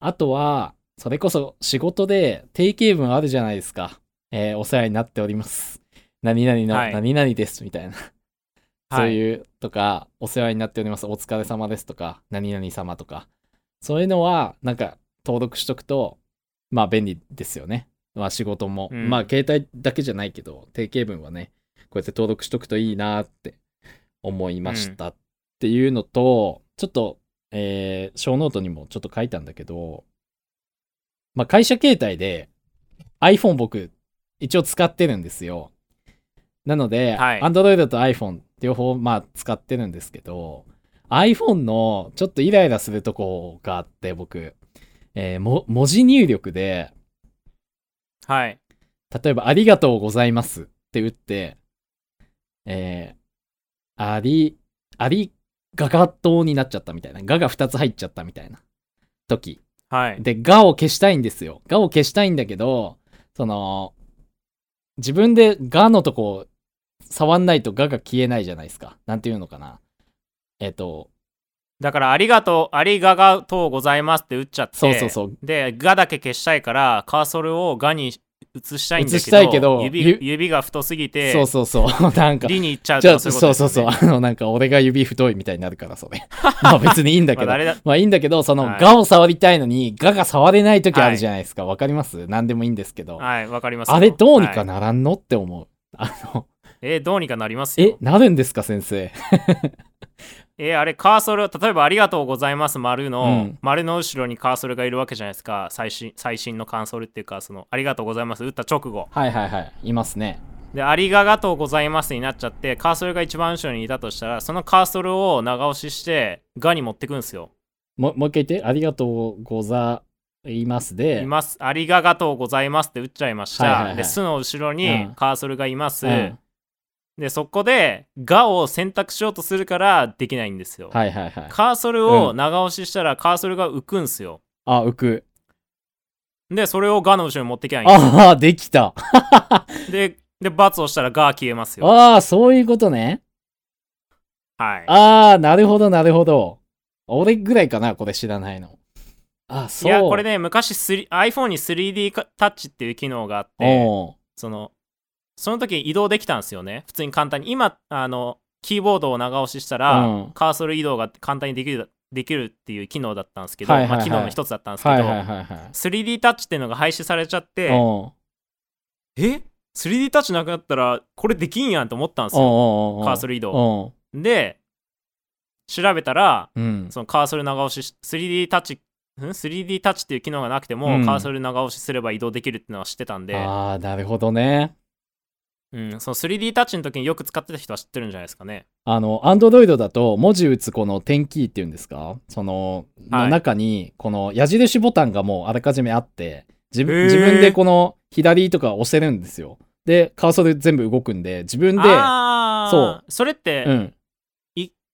S1: あとは、それこそ仕事で定型文あるじゃないですか。えーお世話になっております。何々の
S2: はい
S1: 何々ですみたいな。
S2: は
S1: そういうとか、お世話になっております。お疲れ様ですとか、何々様とか。そういうのは、なんか登録しとくと、まあ便利ですよね。まあ仕事も。
S2: うん
S1: まあ携帯だけじゃないけど、定型文はね、こうやって登録しとくといいなって思いましたっていうのと、ちょっと、えー、小ノートにもちょっと書いたんだけど、まあ会社携帯で iPhone 僕一応使ってるんですよ。なので、
S2: はい
S1: Android と iPhone 両方まあ使ってるんですけど、iPhone のちょっとイライラするとこがあって僕、えーも文字入力で
S2: はい
S1: 例えば「ありがとうございます」って打ってえーありありががとうになっちゃったみたいな「が」が2つ入っちゃったみたいな時
S2: はい
S1: で、がを消したいんですよ。がを消したいんだけど、その、自分でがのとこを触んないとがが消えないじゃないですか。なんていうのかな。えっ、と、
S2: だからありがとうありががとうございますって打っちゃって
S1: そうそうそう。
S2: で、がだけ消したいから、カーソルをがに移したいんだけど、
S1: 移したいけどゆ
S2: 指指が太すぎて、
S1: そうそうそう。 なんか、
S2: りに行っちゃう
S1: じゃ
S2: とか
S1: あ
S2: そ
S1: そうう
S2: いうこと
S1: そう
S2: です
S1: そう
S2: よ
S1: あ
S2: ね
S1: の、なんか俺が指太いみたいになるから、そ れ。まあ別にいいんだけど
S2: まあ、。誰だ
S1: まあいいんだけど、その、
S2: はい
S1: がを触りたいのに、がが触れない時あるじゃないですか。わ、かります何でもいいんですけど。
S2: はい、わかりますよ。
S1: あれどうにか
S2: はい
S1: ならんのって思う。あの、
S2: えーどうにかなります
S1: え
S2: よ、。
S1: なるんですか先生。
S2: えーあれ、カーソルを、例えば、ありがとうございます、丸の、
S1: うん
S2: 丸の後ろにカーソルがいるわけじゃないですか、最新最新のカーソルっていうか、その、ありがとうございます、打った直後。
S1: はいはいはい。いますね。
S2: で、ありががとうございますになっちゃって、カーソルが一番後ろにいたとしたら、そのカーソルを長押しして、がに持ってくんですよ。
S1: ももう一回言って、ありがとうございますで、
S2: います。ありがとうございますって打っちゃいました。
S1: はいはいはい
S2: で、すの後ろ
S1: う
S2: に
S1: ん
S2: カーソルがいます。
S1: うん
S2: で、そこで、がを選択しようとするからできないんですよ。
S1: はいはいはい。
S2: カーソルを長押ししたらカーソルが浮くんすよ。
S1: あ、浮く。
S2: で、それをがの後ろに持ってきゃいいんで
S1: ああ、できた。
S2: すで、で、バツをしたらが消えますよ。
S1: ああ、そういうことね。
S2: はい。
S1: ああ、なるほどなるほど。俺ぐらいかな、これ知らないの。あ、
S2: い
S1: そう。
S2: や、これね、昔3 iPhone に 3D かタッチっていう機能があって、
S1: おう
S2: その、その時移動できたんですよね。普通に簡単に。今、あの、キーボードを長押ししたら、
S1: うん
S2: カーソル移動が簡単にできるできるっていう機能だったんですけど、
S1: はいはいはい
S2: まあ、機能の一つだったんですけど、
S1: はいはいはいはい。
S2: 3D タッチっていうのが廃止されちゃって、
S1: おう
S2: え 3D タッチなくなったらこれできんやんと思ったんですよ、
S1: おうおうおうおう
S2: カーソル移動。
S1: お
S2: で、調べたら、
S1: ううん。
S2: そのカーソル長押し、3D タッチ、ん 3D タッチっていう機能がなくても、
S1: うん
S2: カーソル長押しすれば移動できるっていうのは知ってたんで、
S1: ああ、なるほどね。
S2: うん、その 3D タッチの時によく使ってた人は知ってるんじゃないですかね。
S1: あの、アンドロイドだと文字打つこの点キーっていうんですかその、
S2: はい
S1: の中に、この矢印ボタンがもうあらかじめあって、自
S2: へー
S1: 分自分でこの左とか押せるんですよ。で、カーソル全部動くんで、自分で、
S2: ああ、。
S1: そう
S2: それって、
S1: うん。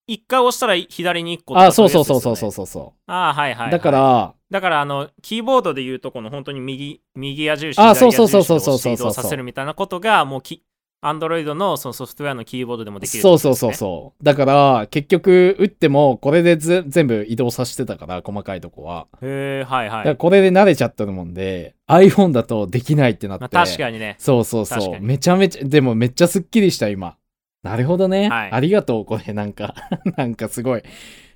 S2: 一回押したら左に一個とか
S1: あ、そうそう
S2: い
S1: そう
S2: やつです
S1: そうそ
S2: よね
S1: うそうそ
S2: ああ、はいはい、は
S1: う。
S2: い。
S1: だから、
S2: だから、あの、キーボードで言うとこの本当に右、右矢印、
S1: あー
S2: 左
S1: そうそう
S2: 矢印
S1: そう
S2: で
S1: そう
S2: 押して
S1: そう
S2: 移
S1: そう
S2: 動させるみたいなことが、もうき、アンドロイドのそのソフトウェアのキーボードでもできるって
S1: そ
S2: こ
S1: う
S2: と
S1: そ
S2: で
S1: う
S2: すね、
S1: そうそう。だから、結局打っても、これでず全部移動させてたから、細かいとこは。
S2: う。へえ、はいは
S1: だ
S2: い。
S1: からこれで慣れちゃったもんで、iPhone だとできないってなって。
S2: まあ、確かにね。
S1: そうそう
S2: 確
S1: そ
S2: か
S1: う。
S2: に
S1: めちゃめちゃ、でもめっちゃすっきりした今。なるほどね。
S2: はい
S1: ありがとう、これ。なんか、なんかすごい、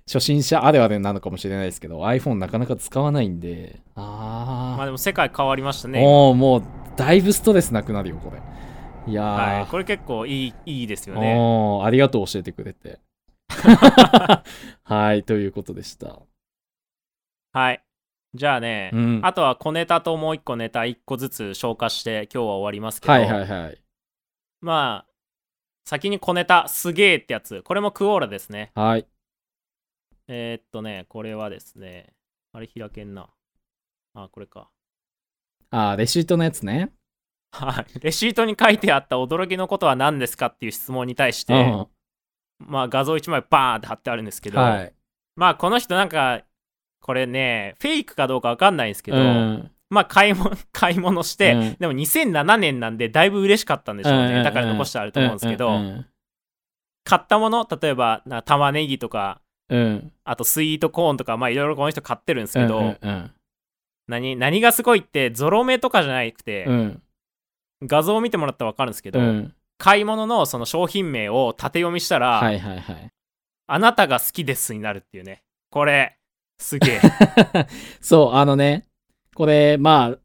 S1: 初心者あれあれなのかもしれないですけど、iPhone なかなか使わないんで、あ
S2: まあ
S1: ー、
S2: でも世界変わりましたね。
S1: もう、もう、だいぶストレスなくなるよ、これ。いやー、
S2: はい、これ結構いいいいですよね。
S1: おーありがとう教えてくれ て。はい、ということでした。
S2: はい。じゃあね、
S1: うん。
S2: あとは小ネタともう一個ネタ一個ずつ消化して今日は終わりますけど、
S1: はいはいはい。
S2: まあ、先に小ネタ、すげーってやつ。これもクオーラですね。
S1: はい。
S2: えー、っとね、これはですね、あれ開けんな。あ、これか。
S1: あー、レシートのやつね。
S2: はい。レシートに書いてあった驚きのことは何ですかっていう質問に対して、
S1: うん。
S2: まあ画像1枚バーンって貼ってあるんですけど、
S1: はい。
S2: まあこの人なんか、これね、フェイクかどうかわかんないんですけど、
S1: うん
S2: まあ買い物 買い物して、
S1: うん
S2: でも2007年なんでだいぶ嬉しかったんでしょうね、だから残してあると思うんですけど、
S1: うんうん
S2: 買ったもの例えばな玉ねぎとか
S1: うんうん
S2: あとスイートコーンとかまあいろいろこの人買ってるんですけど、
S1: うんうん
S2: 何何がすごいってゾロ目とかじゃなくて、
S1: うん
S2: 画像を見てもらったら分かるんですけど、
S1: うん
S2: 買い物のその商品名を縦読みしたら、
S1: はいはいはい。
S2: あなたが好きですになるっていうねこれ すげえ
S1: そう、あのね、これ、まあ、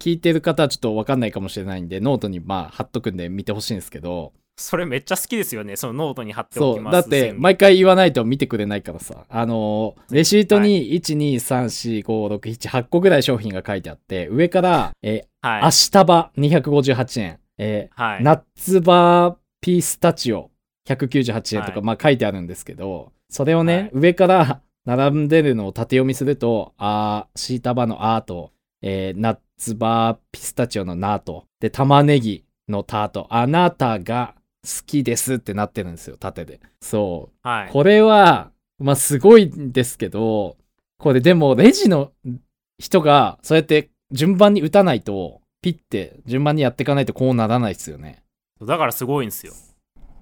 S1: 聞いてる方はちょっとわかんないかもしれないんで、ノートにまあ貼っとくんで見てほしいんですけど、
S2: それめっちゃ好きですよねそのノートに貼って
S1: そ
S2: おき
S1: う、
S2: ます
S1: だって毎回言わないと見てくれないからさ、あのー、レシートに1、2、3、4、5、6、7、8個ぐらい商品が書いてあって、上から、えー、
S2: はい
S1: ア、シタバ258円、えー
S2: はい、
S1: ナッツバーピスタチオ198円とか、
S2: はい
S1: まあ書いてあるんですけど、それをね、
S2: はい
S1: 上から 並んでるのを縦読みすると、あー、シータバのあーと、えーナッツバーピスタチオのなーと、で、玉ねぎのたーと、あなたが好きですってなってるんですよ、縦で。そう。
S2: はい、
S1: これは、まあすごいんですけど、これでもレジの人がそうやって順番に打たないと、ピッて順番にやっていかないとこうならないですよね。
S2: だからすごいんですよ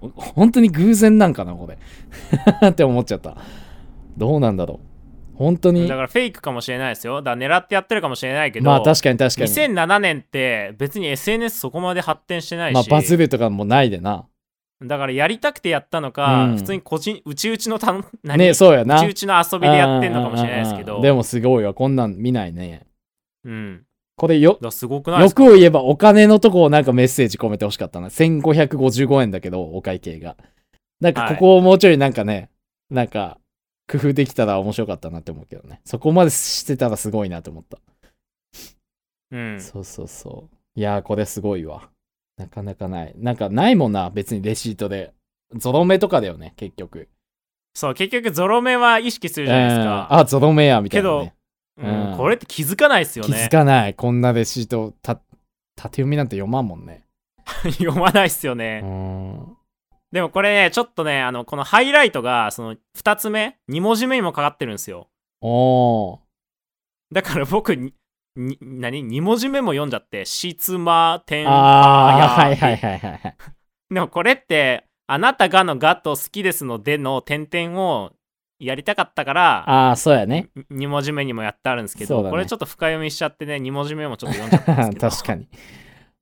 S1: ほ本当に偶然なんかな、これ。 って思っちゃった。どうなんだろう。本当
S2: だ
S1: に。
S2: からフェイクかもしれないですよだから狙ってやってるかもしれないけど、
S1: まあ確かに確かに。
S2: 2007年って別に SNS そこまで発展してないし、
S1: まあバズるとかもないでな。
S2: だからやりたくてやったのか、
S1: うん
S2: 普通に個人うちうちのたの何
S1: ね、そうやな。
S2: うちうちの遊びでやってんのかもしれないですけ
S1: うんうんうんう
S2: ど
S1: んでもすごいわ、こんなん見ないね。
S2: うん
S1: これよ
S2: だか、らすごくないで
S1: よ
S2: すか
S1: くを言えばお金のとこをなんかメッセージ込めてほしかったな。1555円だけど、お会計が。なんか
S2: はい
S1: ここをもうちょいなんかね、なんか工夫できたら面白かったなって思うけどね。そこまでしてたらすごいなと思った。
S2: うん
S1: そうそうそう。いやー、これすごいわ。なかなかない。なんかないもんな、別にレシートで。ゾロ目とかだよね、結局。
S2: そう結局ゾロ目は意識するじゃないですか、
S1: うんあ、ゾロ目や、みたいな、ね。
S2: う
S1: ど
S2: ん
S1: うん
S2: これって気づかないですよ
S1: 気づ
S2: ね
S1: かない。こんなレシート、た、縦読みなんて読まんもんね。
S2: 読まないですよ
S1: う
S2: ね、
S1: ーん。
S2: でもこれねちょっとねあのこのハイライトがその2つ目2文字目にもかかってるんですよ
S1: おー。
S2: だから僕にに何2文字目も読んじゃって「しつまてん
S1: あー、は
S2: いや
S1: いはいはいはいはい。
S2: でもこれって「あなたが」の「が」と「好きですので」の点々をやりたかったから
S1: あー、そうやね。
S2: 2文字目にもやってあるんですけ
S1: そ
S2: ど、
S1: うだね
S2: これちょっと深読みしちゃってね2文字目もちょっと読んじゃったんですけ
S1: 確
S2: ど
S1: かに。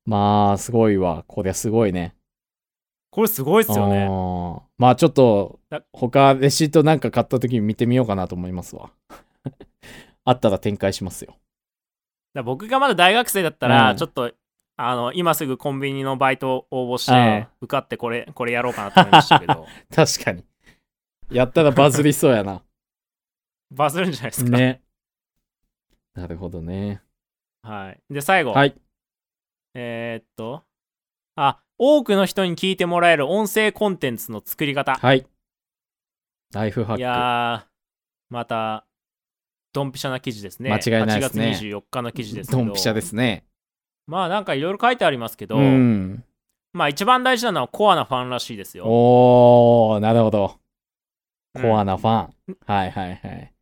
S1: まあ、すごいわ。こりゃすごいね。
S2: これすごいっすよね
S1: ね。まあ、ちょっと
S2: だ、
S1: 他、レシートなんか買った時に見てみようかなと思いますわ。 あったら展開しますよ。
S2: だから僕がまだ大学生だったら、
S1: うん
S2: ちょっとあの今すぐコンビニのバイト応募し
S1: うん
S2: て受かってこれこれやろうかなと思いましたけ ど
S1: 確かに。やったらバズりそうや な。
S2: バズるんじゃないですか、
S1: ね。なるほどね。
S2: はい、で最後、
S1: はい。
S2: えーっとあ多くの人に聞いてもらえる音声コンテンツの作り方
S1: はい。ライフハッ
S2: い
S1: ク。
S2: やーまたドンピシャな記事ですね
S1: 間違いないですね
S2: 8月24日の記事ですけ
S1: ド
S2: ど
S1: ンピシャですね。
S2: まあなんかいろいろ書いてありますけど、
S1: うん。
S2: まあ一番大事なのはコアなファンらしいですよ
S1: おー、なるほど。コア
S2: な、
S1: なファン。はいはいはい。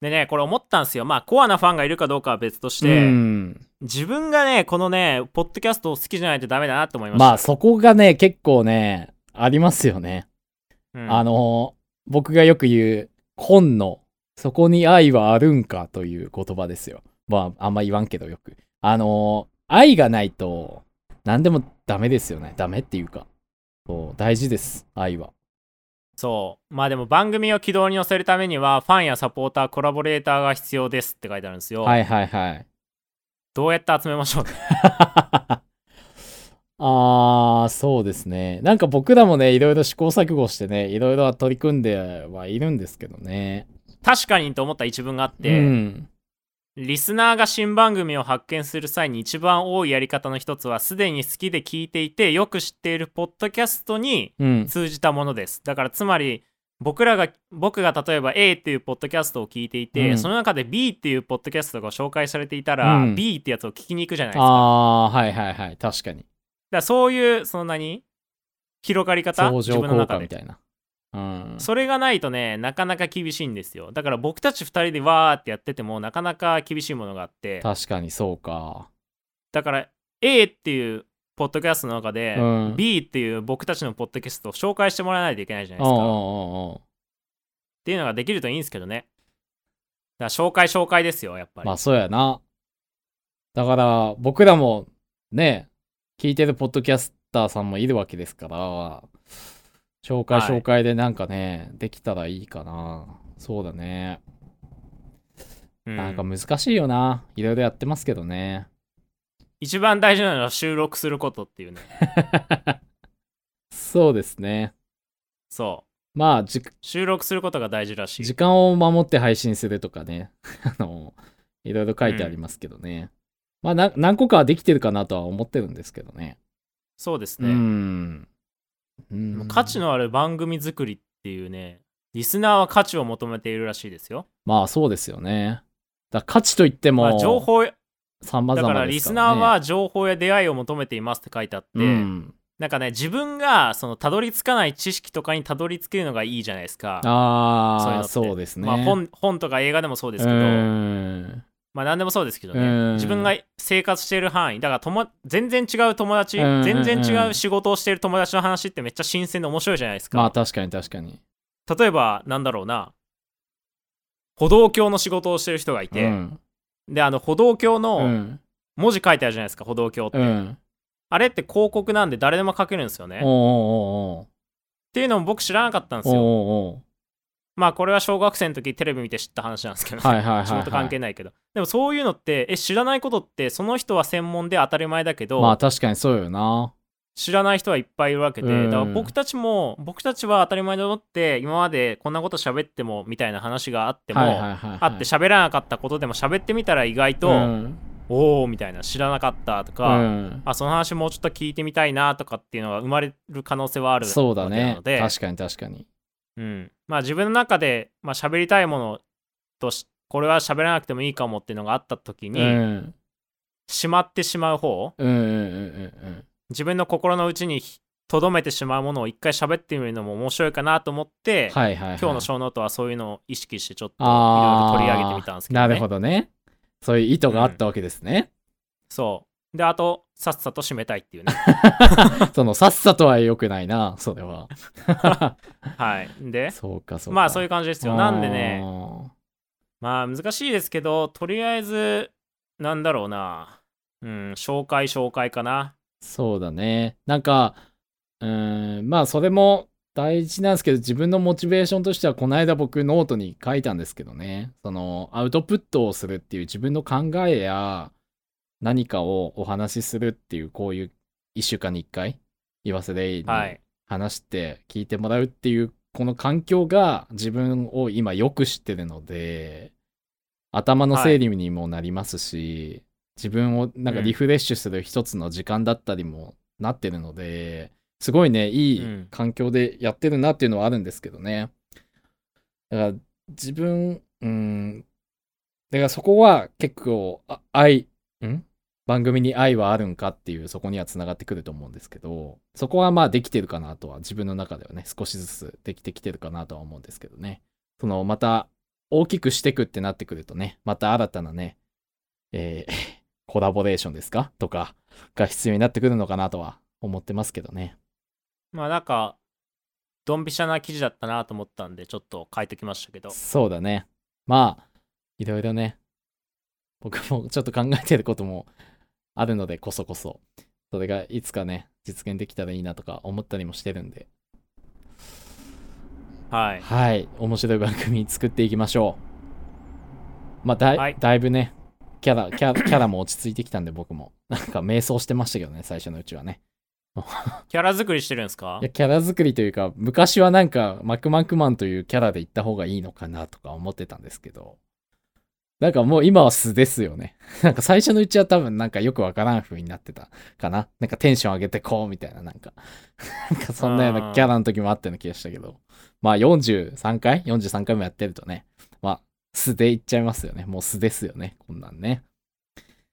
S2: でねこれ思ったんですよまあコアなファンがいるかどうかは別とし
S1: う
S2: て、
S1: ん。
S2: 自分がねこのねポッドキャストを好きじゃないとダメだなと思いました
S1: まあそこがね、結構ね、ありますよね。
S2: うん
S1: あのー、僕がよく言う、本の、そこに愛はあるんかという言葉ですよ。まあ、あんま言わんけどよく。あのー、愛がないと、何でもダメですよね。ダメっていうか。そう大事です、愛は。
S2: そうまあでも番組を軌道に乗せるためにはファンやサポーターコラボレーターが必要ですって書いてあるんですよ、
S1: はいはいはい。
S2: どうやって集めましょうね
S1: あー、そうですね。なんか僕らもね、いろいろ試行錯誤してね、いろいろ取り組んではいるんですけどね。
S2: 確かにと思った一文があって、
S1: うん。
S2: リスナーが新番組を発見する際に一番多いやり方の一つはすでに好きで聞いていてよく知っているポッドキャストに
S1: うん。
S2: 通じたものですだからつまり僕らが僕が例えば A っていうポッドキャストを聞いていて、
S1: うん
S2: その中で B っていうポッドキャストが紹介されていたら、
S1: うん
S2: B ってやつを聞きに行くじゃないですかだか
S1: あー、はいはいはい。確かに。
S2: らそういうその何広がり方
S1: 相
S2: 自
S1: 乗
S2: 分の
S1: 効
S2: 中
S1: 果
S2: で
S1: みたいな。うん。
S2: それがないとねなかなか厳しいんですよだから僕たち2人でわーってやっててもなかなか厳しいものがあって
S1: 確かにそうか。
S2: だから A っていうポッドキャストの中で、
S1: うん
S2: B っていう僕たちのポッドキャストを紹介してもらわないといけないじゃ
S1: う
S2: なんいう
S1: ん
S2: で
S1: う
S2: すか。
S1: んうん。
S2: っていうのができるといいんですけどね。だから紹介紹介ですよ、やっぱり。
S1: まあそうやな。だから僕らもね、聞いてるポッドキャスターさんもいるわけですから、紹介
S2: はい
S1: 紹介でなんかね、できたらいいかな。そうだね。
S2: うん
S1: なんか難しいよな。いろいろやってますけどね。
S2: 一番大事なのは収録することっていうね。
S1: そうですね。
S2: そ
S1: まあ、じ
S2: う。収録することが大事らし
S1: 時
S2: い。
S1: 間を守って配信するとかね。 あの、いろいろ書いてありますけどね。まあな、何個かはできてるかなとは思ってるんですけどね。
S2: そうです
S1: う
S2: ね。
S1: ん。うん
S2: 価値のある番組作りっていうね、リスナーは価値を求めているらしいですよ。
S1: まあそうですよね。だから価値といっても、
S2: まあ、情報や、
S1: 様々です
S2: だ
S1: か、
S2: からら
S1: ね、
S2: リスナーは情報や出会いを求めていますって書いてあって、
S1: うん、
S2: なんかね、自分がそのたどり着かない知識とかにたどり着けるのがいいじゃないですか。そういう
S1: あ
S2: の
S1: あ
S2: って
S1: そうですね。
S2: まあ、本本とか映画でもそうですけ
S1: う
S2: ど、
S1: ん
S2: まあ何でもそうですけどね、
S1: うん
S2: 自分が生活している範囲だからとも全然違う友達、
S1: うん
S2: 全然
S1: う
S2: 違うん仕事をしている友達の話ってめっちゃ新鮮で面白いじゃないですか、
S1: まあ確かに確かに。
S2: 例えばなんだろうな歩道橋の仕事をしている人がいて、
S1: うん
S2: であの歩道橋
S1: う
S2: の
S1: ん
S2: 文字書いてあるじゃないですか歩道橋って、
S1: うん。
S2: あれって広告なんで誰でも書けるんですよ
S1: おう
S2: ね、っ
S1: おうおう
S2: ていうのも僕知らなかったんです
S1: おうおう
S2: よ
S1: おう
S2: まあこれは小学生の時テレビ見て知った話なんですけど、
S1: はいはいはい、はい。
S2: 仕事関係ないけど、でもそういうのってえ知らないことってその人は専門で当たり前だけど、
S1: まあ確かにそうよな。
S2: 知らない人はいっぱいいるわけで、
S1: うん
S2: だから僕たちも僕たちは当たり前だと思って今までこんなこと喋ってもみたいな話があっても、
S1: はいはいはいはい、
S2: あって
S1: し
S2: 喋らなかったことでも喋ってみたら意外と、
S1: うん
S2: おおみたいな知らなかったと
S1: う
S2: か、
S1: ん、
S2: あその話もうちょっと聞いてみたいなとかっていうのが生まれる可能性はある
S1: そうだ
S2: わけな
S1: ね
S2: の。で
S1: 確かに確かに。
S2: うん、まあ自分の中で、まあ喋りたいものとしこれは喋らなくてもいいかもっていうのがあった時
S1: うん
S2: に、
S1: うん
S2: しまってしまう方
S1: うんうんうん
S2: 自分の心の内にとどめてしまうものを一回喋ってみるのも面白いかなと思って
S1: うん。、はいはい、はい。
S2: 今日のショーノートはそういうのを意識してちょっといろい
S1: あ
S2: ろ
S1: ー
S2: 取り上げてみたんですけど、ね、
S1: なるほどね。そういう意図があったわけですね。
S2: そうであとさっさと締めたいっていうね
S1: その、さっさとは良くないな、それ は。
S2: はいで
S1: そうか、そうか。
S2: まあそういう
S1: う
S2: 感じですよなんでねまあ難しいですけどとりあえずなんだろうなうん紹介紹介かな
S1: そうだね。なんか、うーん、まあそれも大事なんですけど、自分のモチベーションとしては、この間僕ノートに書いたんですけどね、その、アウトプットをするっていう自分の考えや、何かをお話しするっていう、こういう一週間に一回、言わせでいい
S2: はい
S1: 話して聞いてもらうっていうこの環境が自分を今よく知ってるので頭の整理にもなりますし、自分をなんか
S2: うん
S1: リフレッシュする一つの時間だったりもなってるので、すごいねいい
S2: うん
S1: 環境でやってるなっていうのはあるんですけどねだから自分うんだからそこは結構あ愛ん番組に愛はあるんかっていうそこにはつながってくると思うんですけどそこはまあできてるかなとは自分の中ではね少しずつできてきてるかなとは思うんですけどねそのまた大きくしてくってなってくるとねまた新たなねえー コラボレーションですかとかが必要になってくるのかなとは思ってますけどね
S2: まあなんかドンピシャな記事だったなと思ったんでちょっと書いてきましたけど
S1: そうだねまあいろいろね僕もちょっと考えてることもあるのでこそこそそれがいつかね実現できたらいいなとか思ったりもしてるんで
S2: はい。
S1: はい、面白い番組作っていきましょう。まあ、だい,、
S2: はい
S1: だいぶね、キャラ、キャラ、キャラも落ち着いてきたんで、僕も。なんか、迷走してましたけどね、最初のうちはね。
S2: キャラ作りしてるんですか
S1: いや、キャラ作りというか、昔はなんか、マクマクマンというキャラで行った方がいいのかなとか思ってたんですけど、なんかもう今は素ですよね。 なんか最初のうちは多分なんかよくわからん風になってたかな。なんかテンション上げてこうみたいな、なんか。 なんかそんなようなキャラの時もあったような気がしたけど、まあ43回 ?43 回もやってるとね、まあ素でいっちゃいますよね。もう素ですよね。こんなんね。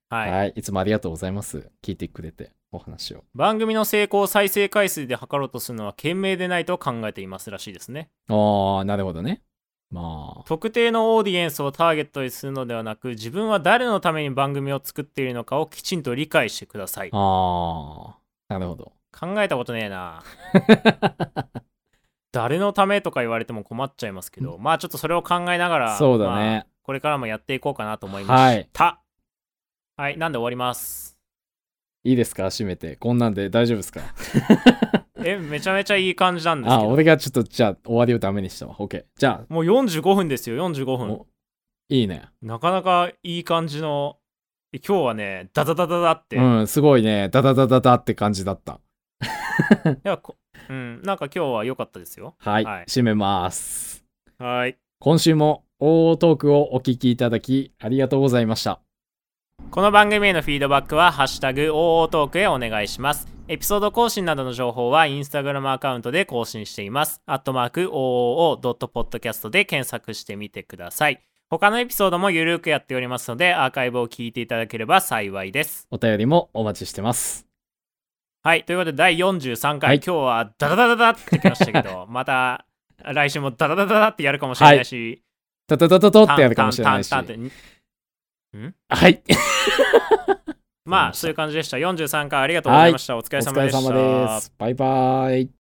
S2: はい。
S1: はい。いつもありがとうございます。聞いてくれて、お話を。
S2: 番組の成功再生回数で測ろうとするのは賢明でないと考えていますらしいですね。
S1: ああ、なるほどね。まあ。
S2: 特定のオーディエンスをターゲットにするのではなく、自分は誰のために番組を作っているのかをきちんと理解してください。
S1: ああ、なるほど。
S2: 考えたことね えな誰のためとか言われても困っちゃいますけど、まあちょっとそれを考えながら、
S1: そうだ
S2: まあ
S1: ね。
S2: これからもやっていこうかなと思いました。はい、なんで終わります。
S1: いいですか閉めて。こんなんで大丈夫です か
S2: え、めちゃめちゃいい感じなんです
S1: あ、
S2: けど。
S1: 俺がちょっと、じゃあ、終わりをダメにしたわ。OK。じゃ
S2: もう45分ですよ、45
S1: あ、
S2: 分。
S1: おいいね。
S2: なかなかいい感じの、え今日はね、ダダダダダって、
S1: う
S2: い
S1: ん、すごいね。ダダダダダって感じだった。
S2: やこうん、なんか今日は良かったですよ。
S1: はい。
S2: はい
S1: 閉めます。
S2: はい。
S1: 今週も、大トークをお聞きいただき、ありがとうございました。
S2: この番組へのフィードバックは、ハッシュタグ OO トークへお願いします。エピソード更新などの情報は、インスタグラムアカウントで更新しています。アットマーク OOO.podcast で検索してみてください。他のエピソードもゆるくやっておりますので、アーカイブを聞いていただければ幸いです。
S1: お便りもお待ちしてます。
S2: はい、ということで、第43回、
S1: はい
S2: 今日はダダダダダってきまし たけど、また来週もダダダダダってやるかもしれないし、
S1: ダダダダダ
S2: タ
S1: ってやるかもしれないし。
S2: タンタン
S1: は
S2: タンタンって
S1: い。
S2: まあ、そういう感じでした。43回ありがとうございました。お疲
S1: お
S2: れ
S1: 疲
S2: 様
S1: れ
S2: でした。
S1: 様です。バイバイ。